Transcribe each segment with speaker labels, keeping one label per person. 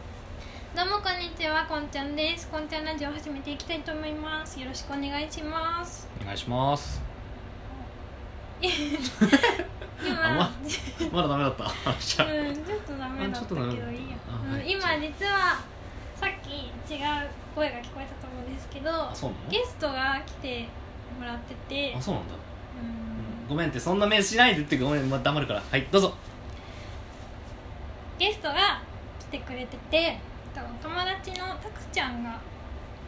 Speaker 1: どうもこんにちはこんちゃんですこんちゃんラジオを始めていきたいと思いますよろしくお願いします
Speaker 2: お願いします
Speaker 1: 今、
Speaker 2: あ ままだダメだ った話しちゃう
Speaker 1: うんちょっとダメだったけどいいよ
Speaker 2: あちょっとダメだったあ
Speaker 1: うん
Speaker 2: はい
Speaker 1: 今実はさっき違う声が聞こえたと思うんですけど
Speaker 2: あそうなの
Speaker 1: ゲストが来てもらってて
Speaker 2: あそうなんだ、
Speaker 1: う
Speaker 2: うん
Speaker 1: ん
Speaker 2: ごめんってそんな目しないでってごめん、ま、黙るからはいどうぞ
Speaker 1: ゲストが来てくれててと友達のたくちゃんが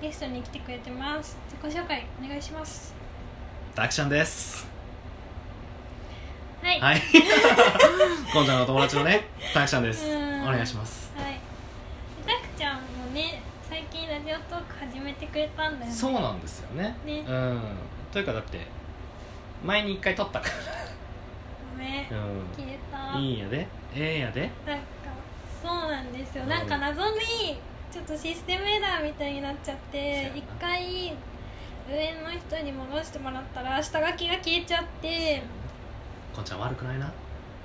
Speaker 1: ゲストに来てくれてます自己紹介お願いします
Speaker 2: ダクシャンです
Speaker 1: はい、
Speaker 2: はいこんちゃんの友達のねダクシャンです
Speaker 1: う
Speaker 2: お
Speaker 1: ん
Speaker 2: 願いします
Speaker 1: はいでたくちゃんもね最近ラジオトーク始めてくれたんだよね
Speaker 2: そうなんですよね
Speaker 1: ね
Speaker 2: うんというかだって前に一回撮ったか
Speaker 1: ごめん
Speaker 2: ら、
Speaker 1: 消え
Speaker 2: う
Speaker 1: た
Speaker 2: ん、いいんやでええんやで
Speaker 1: なんかそうなんですよ
Speaker 2: うん
Speaker 1: なんか謎にちょっとシステムエラーみたいになっちゃっ
Speaker 2: そうや
Speaker 1: て
Speaker 2: な
Speaker 1: 一回上の人に戻してもらったら下書きが消えちゃって
Speaker 2: こんちゃん悪くないな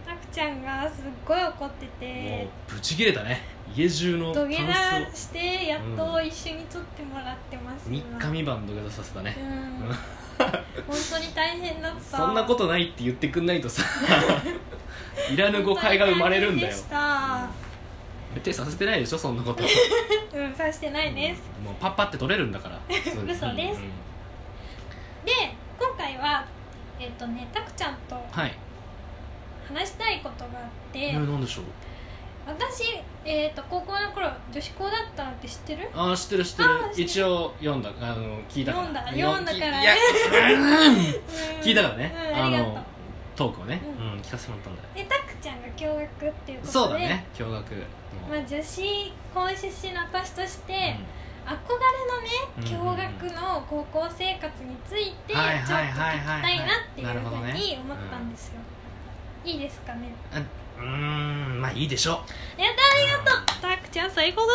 Speaker 1: たくちゃんがすっごい怒ってて
Speaker 2: もうブチ切れたね家中のタ
Speaker 1: 土
Speaker 2: ンス
Speaker 1: 下座
Speaker 2: を
Speaker 1: してやっと一緒に撮ってもらってます
Speaker 2: 三日
Speaker 1: うん
Speaker 2: 三晩土下座させたねうん
Speaker 1: 本当に大変だった
Speaker 2: そんなことないって言ってくんない とさいらぬ誤解が生まれるんだよ
Speaker 1: 本当に大
Speaker 2: 手させてないでしょそんなこと
Speaker 1: 変でしたうんさしてないです、
Speaker 2: うんもうパッパって取れるんだから嘘
Speaker 1: 嘘ですで今回はえっ、とねたくちゃんと
Speaker 2: はい
Speaker 1: 話したいことがあって、
Speaker 2: え何でしょう
Speaker 1: 私、えー、と高校の頃女子校だったのって知ってる
Speaker 2: ああ知ってる知ってる
Speaker 1: あー知ってる
Speaker 2: 一応読んだあの聞いたから
Speaker 1: 読んだ
Speaker 2: いや
Speaker 1: 読んだから
Speaker 2: いやうん聞いたからね
Speaker 1: うん、あ
Speaker 2: あ
Speaker 1: りがとう
Speaker 2: のトークをね
Speaker 1: う
Speaker 2: うん聞かせてもらったんだよ
Speaker 1: でたくちゃんが共学っていうことで
Speaker 2: そうだね驚愕
Speaker 1: まあ、女子校出身の私として、憧
Speaker 2: う
Speaker 1: れ
Speaker 2: ん
Speaker 1: のね共学の高校生活についてちょっと
Speaker 2: はい
Speaker 1: 聞き
Speaker 2: はいは
Speaker 1: た
Speaker 2: いはいはい
Speaker 1: いなっていう
Speaker 2: なるほど
Speaker 1: ふう
Speaker 2: ね
Speaker 1: に思ったんですよ、いいですかね
Speaker 2: うんうーんまあいいでしょ
Speaker 1: やだ
Speaker 2: ありがとう
Speaker 1: たくちゃん最高だぜ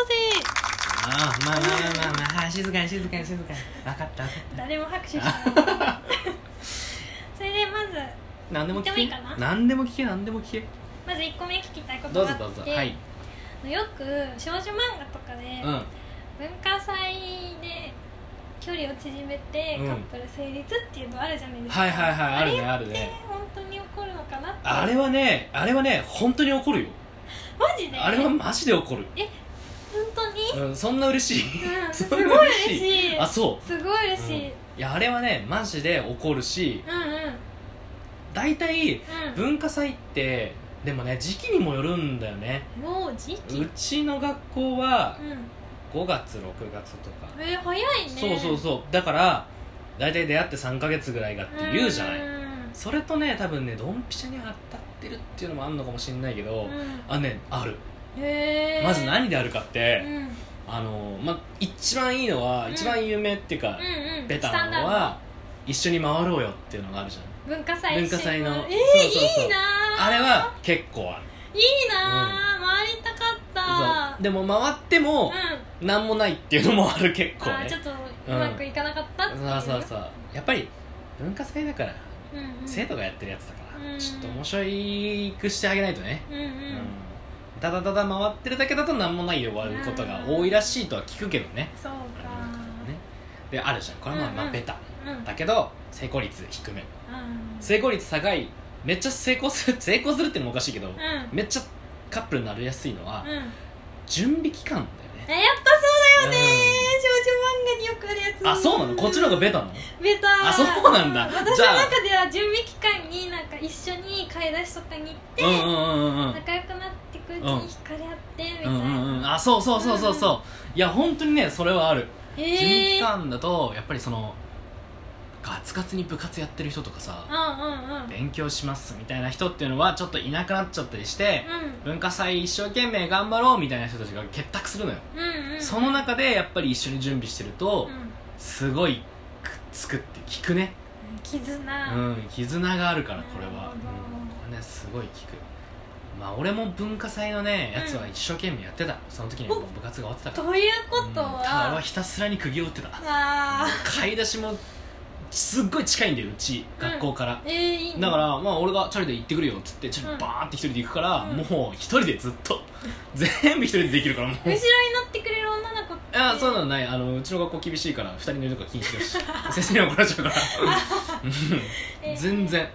Speaker 2: ああまあまあまあまあ、はい静かに静かに静かに分かった分かっ
Speaker 1: 誰も拍手しないそれでまず
Speaker 2: た何でも聞
Speaker 1: 言
Speaker 2: け
Speaker 1: ってもいいかな
Speaker 2: 何でも聞け何でも聞け
Speaker 1: まず1個目聞きたいこと
Speaker 2: どう
Speaker 1: があ
Speaker 2: ぞ
Speaker 1: って
Speaker 2: どうぞはい
Speaker 1: よく少女漫画とかで、
Speaker 2: うん
Speaker 1: 文化祭で距離を縮めて
Speaker 2: うん
Speaker 1: カップル成立っていうのあるじゃないですか、
Speaker 2: はいはいはいあるねある
Speaker 1: あれって
Speaker 2: ね
Speaker 1: 本当に起こるのかなって
Speaker 2: あれはねあれはね本当に怒るよ
Speaker 1: マジで
Speaker 2: あれは
Speaker 1: 本
Speaker 2: マジで怒る
Speaker 1: 当に
Speaker 2: うんそんな嬉しい
Speaker 1: うんす
Speaker 2: そ
Speaker 1: ご
Speaker 2: んない
Speaker 1: 嬉しい
Speaker 2: あそう
Speaker 1: すごい嬉しい、
Speaker 2: いやあれはねマジで怒るし
Speaker 1: うん、うんうん
Speaker 2: 大体文化祭ってでもね時期にもよるんだよね
Speaker 1: もう時期う
Speaker 2: うんちの学校は5月6月とか
Speaker 1: えー早いね
Speaker 2: そうそう
Speaker 1: う
Speaker 2: そうだから大体出会って3ヶ月ぐらいがって言うじゃない
Speaker 1: ん
Speaker 2: それとね多分ねドンピシャに当たってるっていうのもあるのかもしれないけど、
Speaker 1: うん
Speaker 2: あねある、
Speaker 1: へえ
Speaker 2: まず何であるかっ
Speaker 1: う
Speaker 2: て、
Speaker 1: んうん
Speaker 2: あのまあ一番いいのは、
Speaker 1: うん
Speaker 2: 一番有名っていうか、
Speaker 1: うん
Speaker 2: ベタ
Speaker 1: スタ
Speaker 2: な
Speaker 1: ンダー
Speaker 2: の
Speaker 1: ド
Speaker 2: は一緒に回ろうよっていうのがあるじゃ
Speaker 1: 文化祭
Speaker 2: 文化祭
Speaker 1: え
Speaker 2: の
Speaker 1: ー、
Speaker 2: そうそうそう
Speaker 1: いいなー
Speaker 2: んあれは結構あ
Speaker 1: い
Speaker 2: る
Speaker 1: いなー、回りたかった
Speaker 2: そうでも回っても
Speaker 1: うん
Speaker 2: 何もないっていうのもある結構
Speaker 1: あー
Speaker 2: ね
Speaker 1: ちょっとうまくいかなかったっていう、
Speaker 2: そうそうそうやっぱり文化祭だから
Speaker 1: うんうん、
Speaker 2: 生徒がやってるやつだから、
Speaker 1: うん
Speaker 2: ちょっと面白くしてあげないとね、
Speaker 1: うんうん、
Speaker 2: うんただただ回ってるだけだと何もないで終わることが多いらしいとは聞くけどね
Speaker 1: そうか
Speaker 2: あのなんかねであるじゃんこれはまあ
Speaker 1: うん
Speaker 2: ま
Speaker 1: う
Speaker 2: あ
Speaker 1: ん
Speaker 2: ベタ
Speaker 1: うん
Speaker 2: だけど成功率低め
Speaker 1: うん
Speaker 2: 成功率高いめっちゃ成功する 成功するってのもおかしいけど
Speaker 1: う
Speaker 2: めっちゃカップルになりやすいのは
Speaker 1: んうん
Speaker 2: 準備期間だよね
Speaker 1: えやっぱそうだよねー、
Speaker 2: う
Speaker 1: 少女漫画によくあるやつ
Speaker 2: んあそうなのこっちの方がベタなの
Speaker 1: ベター
Speaker 2: あそうなんだ
Speaker 1: 私
Speaker 2: じ
Speaker 1: の
Speaker 2: ゃあ
Speaker 1: 中では準備期間になんか一緒に買い出しとかに行って、
Speaker 2: うんうんうんうん
Speaker 1: 仲良くなってくうちに惹かれ合ってみたいな、
Speaker 2: うんうんうんあそうそうそうそうそういや本当にねそれはある準備期
Speaker 1: えー
Speaker 2: 間だとやっぱりそのガツガツに部活やってる人とかさ
Speaker 1: うんうんうん
Speaker 2: 勉強しますみたいな人っていうのはちょっといなくなっちゃったりして文化祭一生懸命頑張ろうみたいな人たちが結託するのよ、
Speaker 1: うんうんうん
Speaker 2: その中でやっぱり一緒に準備してると
Speaker 1: うん
Speaker 2: すごいくっつくって聞くねう
Speaker 1: 絆、
Speaker 2: ん絆があるからこれ
Speaker 1: なる
Speaker 2: は、
Speaker 1: ほ
Speaker 2: う
Speaker 1: ど
Speaker 2: ん、これねすごい聞くまあ俺も文化祭のねやつは一生懸命やってたその時にもう部活が終わってたから
Speaker 1: ということ
Speaker 2: うんただ俺
Speaker 1: は、
Speaker 2: はひたすらに釘を打ってた
Speaker 1: あー
Speaker 2: 買い出しもすっごい近いんだようち
Speaker 1: うん
Speaker 2: 学校から、
Speaker 1: えー、いいね
Speaker 2: だから、まあ、俺がチャリで行ってくるよっつってチャリ
Speaker 1: うん
Speaker 2: バーって一人で行くから、
Speaker 1: うん
Speaker 2: もう一人でずっと全部一人でできるからもう
Speaker 1: 後ろに乗ってくれる
Speaker 2: いやそういうのないあのうちの学校厳しいから二人乗りとか禁 止だし先生に怒られちゃうから
Speaker 1: えー
Speaker 2: 全然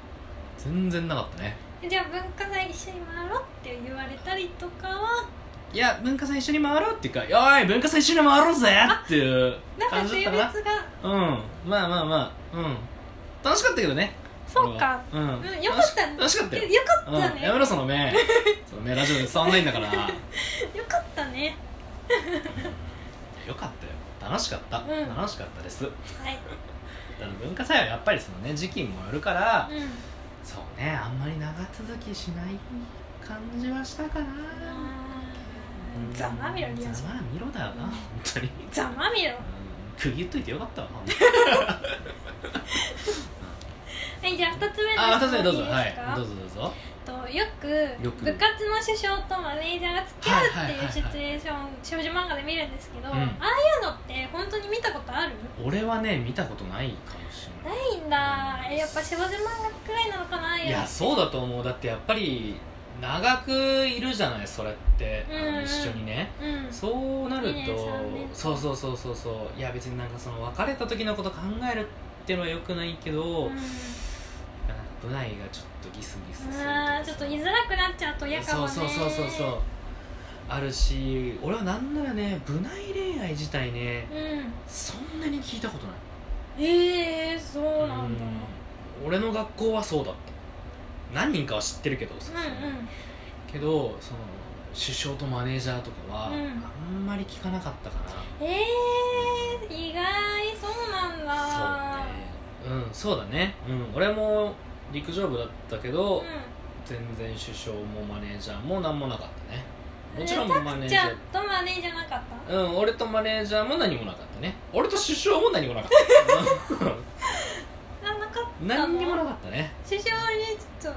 Speaker 2: 全然なかったね
Speaker 1: じゃあ文化祭一緒に回ろうって言われたりとかはい
Speaker 2: や文化祭一緒に回ろうっていうか「おい文化祭一緒に回ろうぜ!」っていう
Speaker 1: なんか
Speaker 2: 感じ
Speaker 1: 性
Speaker 2: だ
Speaker 1: 別
Speaker 2: った
Speaker 1: が
Speaker 2: かなうんまあまあまあうん楽しかったけどね
Speaker 1: そうか、
Speaker 2: 俺は
Speaker 1: う
Speaker 2: うん
Speaker 1: ん、よかったね
Speaker 2: 楽し楽しかったよ
Speaker 1: よかった
Speaker 2: うん、
Speaker 1: ね、
Speaker 2: やめろその 目その目ラジオで伝わんないんだからいやよ
Speaker 1: よかったね
Speaker 2: かったよ楽しかった、
Speaker 1: うん
Speaker 2: 楽しかったですだ
Speaker 1: はい、
Speaker 2: から文化祭はやっぱりそのね時期にもよるから、
Speaker 1: うん
Speaker 2: そうねあんまり長続きしない感じはしたかなうん
Speaker 1: ざまみろリア
Speaker 2: ざ
Speaker 1: 充
Speaker 2: まみろだよな、
Speaker 1: うん
Speaker 2: 本当に
Speaker 1: ざまみろ
Speaker 2: うん区切っといてよ かったわ
Speaker 1: はいじゃあ2つ目の
Speaker 2: あまたねどうぞ
Speaker 1: 質問
Speaker 2: はい
Speaker 1: い
Speaker 2: い
Speaker 1: いですか
Speaker 2: どうぞどうぞ
Speaker 1: とよく
Speaker 2: よく
Speaker 1: 部活の首相とマネージャーが付き合うっていうシチュエーション、少女漫画で見るんですけど、
Speaker 2: う
Speaker 1: あ
Speaker 2: ん
Speaker 1: あいうのって本当に見たことある
Speaker 2: 俺はね見たことないかもしれない
Speaker 1: ないんだえやっぱ少女漫画くらいなのかない
Speaker 2: いやそうだと思うだってやっぱり長くいるじゃないそれって、あの
Speaker 1: うんうん
Speaker 2: 一緒にね
Speaker 1: うん
Speaker 2: そうなると、
Speaker 1: 二年三年
Speaker 2: そうそうそうそうそういや別になんかその別れた時のこと考えるってのはよくないけど、
Speaker 1: うん
Speaker 2: なんか部内がちょっとギスギスすると
Speaker 1: あーちょっと居づらくなっちゃうと嫌かもね
Speaker 2: そうそうそうそうそうあるし俺はなんならね部内恋愛自体ね
Speaker 1: うん
Speaker 2: そんなに聞いたことない
Speaker 1: えー、そうなんだ
Speaker 2: うん俺の学校はそうだった何人かは知ってるけどさすがに
Speaker 1: う
Speaker 2: けどその首相とマネージャーとかは、
Speaker 1: うん
Speaker 2: あんまり聞かなかったかなん
Speaker 1: うんえー、意外そうなんだ
Speaker 2: そうねうんそうだねうん俺も陸上部だったけど、
Speaker 1: うん
Speaker 2: 全然首相もマネージャーも何もなかったねもちろん
Speaker 1: え
Speaker 2: マネージ
Speaker 1: じ
Speaker 2: ャ
Speaker 1: ゃ
Speaker 2: ー
Speaker 1: あとマネージャーなかっ
Speaker 2: うん、俺とマネージャーも何もなかったね俺と首相も何もなかった うん
Speaker 1: たあなかったの
Speaker 2: 何にもなかったね
Speaker 1: 首相にちょっ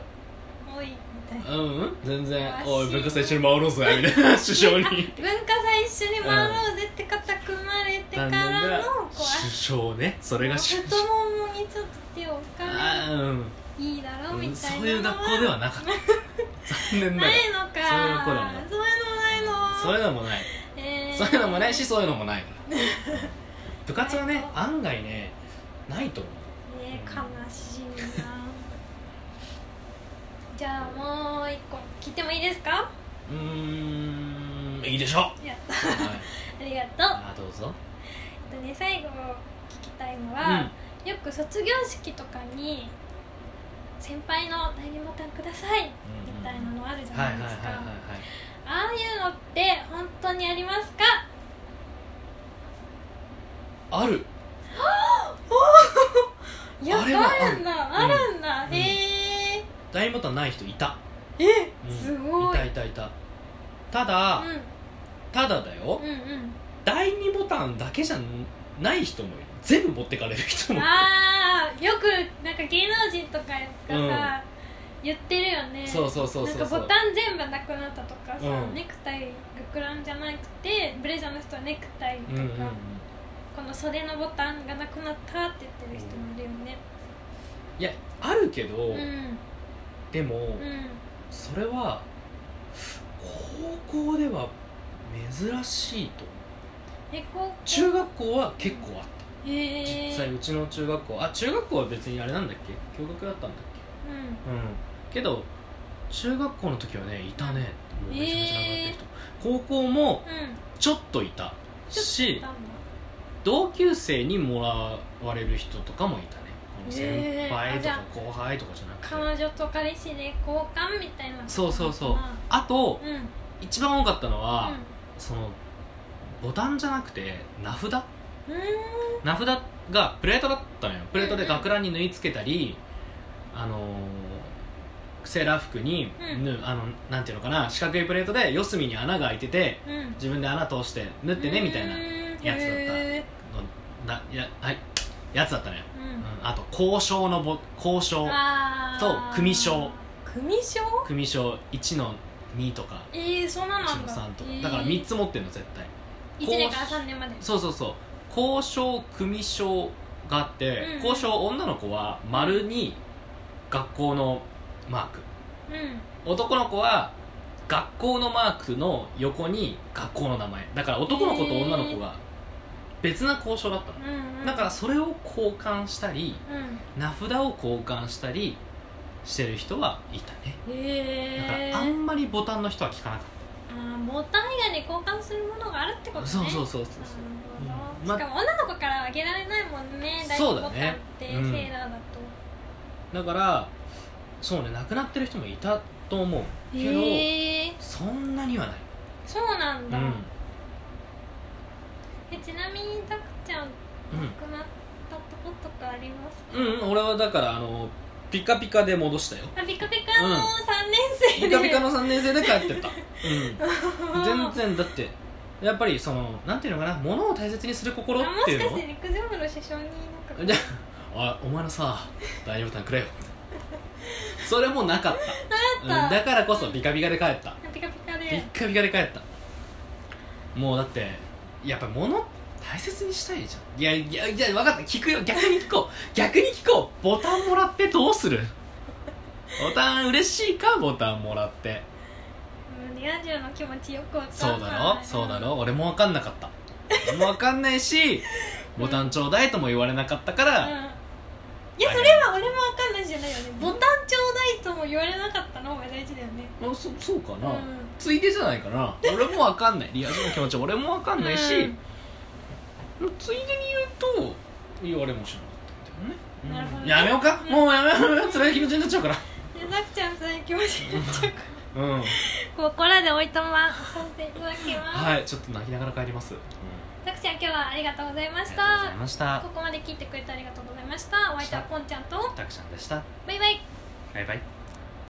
Speaker 1: と多いみたいな
Speaker 2: うんうん全然
Speaker 1: 詳しい
Speaker 2: おい文化祭一緒に回ろうぜみた いな首相に
Speaker 1: 文化祭一緒に回ろうぜって肩組まれてからのこう
Speaker 2: 首相ねそれが
Speaker 1: あ
Speaker 2: 首
Speaker 1: 太
Speaker 2: 相
Speaker 1: ももにちょっと手を置か
Speaker 2: あーうん
Speaker 1: れいいだろう
Speaker 2: う
Speaker 1: み
Speaker 2: ん
Speaker 1: た
Speaker 2: そ
Speaker 1: いう
Speaker 2: い
Speaker 1: なのは
Speaker 2: う学校ではな かった残念なが
Speaker 1: な
Speaker 2: ら
Speaker 1: いのか
Speaker 2: そういう学校ではなかった
Speaker 1: そういうのないの
Speaker 2: そういうのもない
Speaker 1: えー
Speaker 2: そういうのもないしそういうの もないから部活は
Speaker 1: ない
Speaker 2: ね
Speaker 1: と
Speaker 2: 案外ねないと思う
Speaker 1: ね悲しいなじゃあもう一個聞いてもいいですか
Speaker 2: うーんいいでしょう、はい、
Speaker 1: やったありがとう
Speaker 2: あーどうぞ
Speaker 1: えっとね最後聞きたいの
Speaker 2: う
Speaker 1: は、よく卒業式とかに先輩の代理ボタンくださいみたいなのあるじゃ
Speaker 2: はい
Speaker 1: な
Speaker 2: はい
Speaker 1: いです
Speaker 2: はいはい
Speaker 1: か
Speaker 2: はい
Speaker 1: ああいうのって本当にありますか
Speaker 2: ある
Speaker 1: いや
Speaker 2: あれは
Speaker 1: あるんだあ
Speaker 2: ある
Speaker 1: るんだ、
Speaker 2: うん
Speaker 1: へえ
Speaker 2: 代理ボタンない人いた、
Speaker 1: え
Speaker 2: うん
Speaker 1: すごい
Speaker 2: いたいたいたただ、ただだよ
Speaker 1: うん、うん
Speaker 2: 第二ボタンだけじゃない人もいる全部持ってかれる人
Speaker 1: うん
Speaker 2: もいる
Speaker 1: ああよくなんか芸能人とかがさ、言ってるよね
Speaker 2: そうそうそうそうそう
Speaker 1: なんかボタン全部なくなったとかさ、
Speaker 2: うん
Speaker 1: ネクタイがグランじゃなくてブレザーの人はネクタイと
Speaker 2: うん
Speaker 1: か、
Speaker 2: うんうん
Speaker 1: この袖のボタンがなくなったって言ってる人もいるよね
Speaker 2: いやあるけど、
Speaker 1: うんうん
Speaker 2: でも、それは高校では珍しいと思う
Speaker 1: えこう
Speaker 2: 中学校は結構あった、
Speaker 1: へえー、
Speaker 2: 実際うちの中学校あ中学校は別にあれなんだっけ共学だったんだっ
Speaker 1: うん
Speaker 2: けうんけど中学校の時はねいたねもうめちゃめちゃ長かった人、高校も
Speaker 1: うん
Speaker 2: ちょっといたし
Speaker 1: だもん
Speaker 2: 同級生にもらわれる人とかもいたねこの
Speaker 1: へー
Speaker 2: 先
Speaker 1: あ
Speaker 2: 輩
Speaker 1: じ
Speaker 2: と
Speaker 1: ゃ
Speaker 2: か後輩とかじゃなくて、
Speaker 1: 彼女と彼氏で交換みたいな
Speaker 2: そうそうそうあと
Speaker 1: うんうん
Speaker 2: 一番多かったのは、そのボタンじゃなくて名札
Speaker 1: うんうん
Speaker 2: 名札がプレートだったのよプレートで
Speaker 1: うんうん
Speaker 2: 学ランに縫い付けたり、あのーセーラー服に、
Speaker 1: うん
Speaker 2: 縫うあのなんていうのかな四角いプレートで四隅に穴が開いてて
Speaker 1: うん
Speaker 2: 自分で穴通して縫ってねみたいなのやつだった
Speaker 1: へ
Speaker 2: だや,、はい、やつだったのよ、
Speaker 1: ーうん
Speaker 2: うん、あと交渉のボ交渉
Speaker 1: あー
Speaker 2: と組章
Speaker 1: 組章
Speaker 2: 組章1の2とか
Speaker 1: えー、そんなな
Speaker 2: 1
Speaker 1: ん
Speaker 2: の
Speaker 1: だ
Speaker 2: 3とかだから3
Speaker 1: つ
Speaker 2: つ持ってるの絶対
Speaker 1: 1年から3年まで
Speaker 2: そうそうそう交渉組章があって、
Speaker 1: うん
Speaker 2: 交渉女の子は丸に学校のマーク
Speaker 1: うん
Speaker 2: 男の子は学校のマークの横に学校の名前だから男の子と女の子が別な交渉だったの
Speaker 1: うんうん
Speaker 2: だからそれを交換したり
Speaker 1: うん
Speaker 2: 名札を交換したりしてる人はいたねだか
Speaker 1: へえ
Speaker 2: らあんまりボタンの人は聞かなかっ
Speaker 1: あーボタン以外に交換するものがあるってこと
Speaker 2: た
Speaker 1: ね
Speaker 2: そうそうそうそう
Speaker 1: なる
Speaker 2: うん
Speaker 1: ほどしかも
Speaker 2: ま
Speaker 1: 女の子からはあげられないもんね大
Speaker 2: そ
Speaker 1: ボ
Speaker 2: う
Speaker 1: タ
Speaker 2: だ
Speaker 1: ンっ
Speaker 2: ね
Speaker 1: てセ
Speaker 2: うん
Speaker 1: ーラーだと
Speaker 2: だからそうね亡くなってる人もいたと思うけど、
Speaker 1: へえ
Speaker 2: そんなにはない
Speaker 1: そうなん
Speaker 2: う
Speaker 1: だ
Speaker 2: ん
Speaker 1: えちなみにたくちゃん亡くなったとことかありますか
Speaker 2: うん、うん、俺はだからあのピカピカで戻したよ
Speaker 1: あピカピカの
Speaker 2: うん
Speaker 1: 三年生
Speaker 2: ピ
Speaker 1: で
Speaker 2: カピカの3年生で 帰ってった、うん、全然だってやっぱりそのなんていうのかな物を大切にする心っ
Speaker 1: あも
Speaker 2: てい
Speaker 1: し
Speaker 2: う
Speaker 1: か
Speaker 2: の
Speaker 1: して陸上部の首相になんか
Speaker 2: じゃあお前のさ大ボタンくれよみたいなそれもなかっ た
Speaker 1: なかった
Speaker 2: うん、だからこそビカビカで帰った
Speaker 1: ピカピカ
Speaker 2: ビ
Speaker 1: で
Speaker 2: ッカビカで帰ったもうだってやっぱ物大切にしたいじゃんいやいやいや分かった聞くよ逆に聞こう逆に聞こうボタンもらってどうするボタン嬉しいかボタンもらって
Speaker 1: うんリア充の気持ちよくわかる
Speaker 2: そうだろそうだろ俺も分かんなかった俺も分かんない しボタンちょうだいとも言われなかったか
Speaker 1: うん
Speaker 2: ら、
Speaker 1: いやそれは俺もわかんないじゃないよねボタンちょうだいとも言われなかったのが大事だよね
Speaker 2: あそそうか
Speaker 1: う
Speaker 2: な、
Speaker 1: ん
Speaker 2: ついでじゃないかな俺も分かんないリアルの気持ち俺も分かんないし、
Speaker 1: うん
Speaker 2: ついでに言うと言われもしなかったみたい
Speaker 1: なる
Speaker 2: なね
Speaker 1: ほどね
Speaker 2: やめようか、
Speaker 1: うん
Speaker 2: もうやめようやめよう辛い気持ちになっちゃうから
Speaker 1: でなくちゃんそういう気持ち になっちゃうか
Speaker 2: うん
Speaker 1: らここらでおいとまさせていただきます、
Speaker 2: はいちょっと泣きながら帰ります、うん、
Speaker 1: なくちゃん今日はありがとうございま
Speaker 2: あり
Speaker 1: し
Speaker 2: がとうござい
Speaker 1: た
Speaker 2: ました
Speaker 1: ここまで聞いてくれてありがとうございましたお相手はポンちゃんと
Speaker 2: たくちゃんでした
Speaker 1: バイバイ
Speaker 2: バイバイ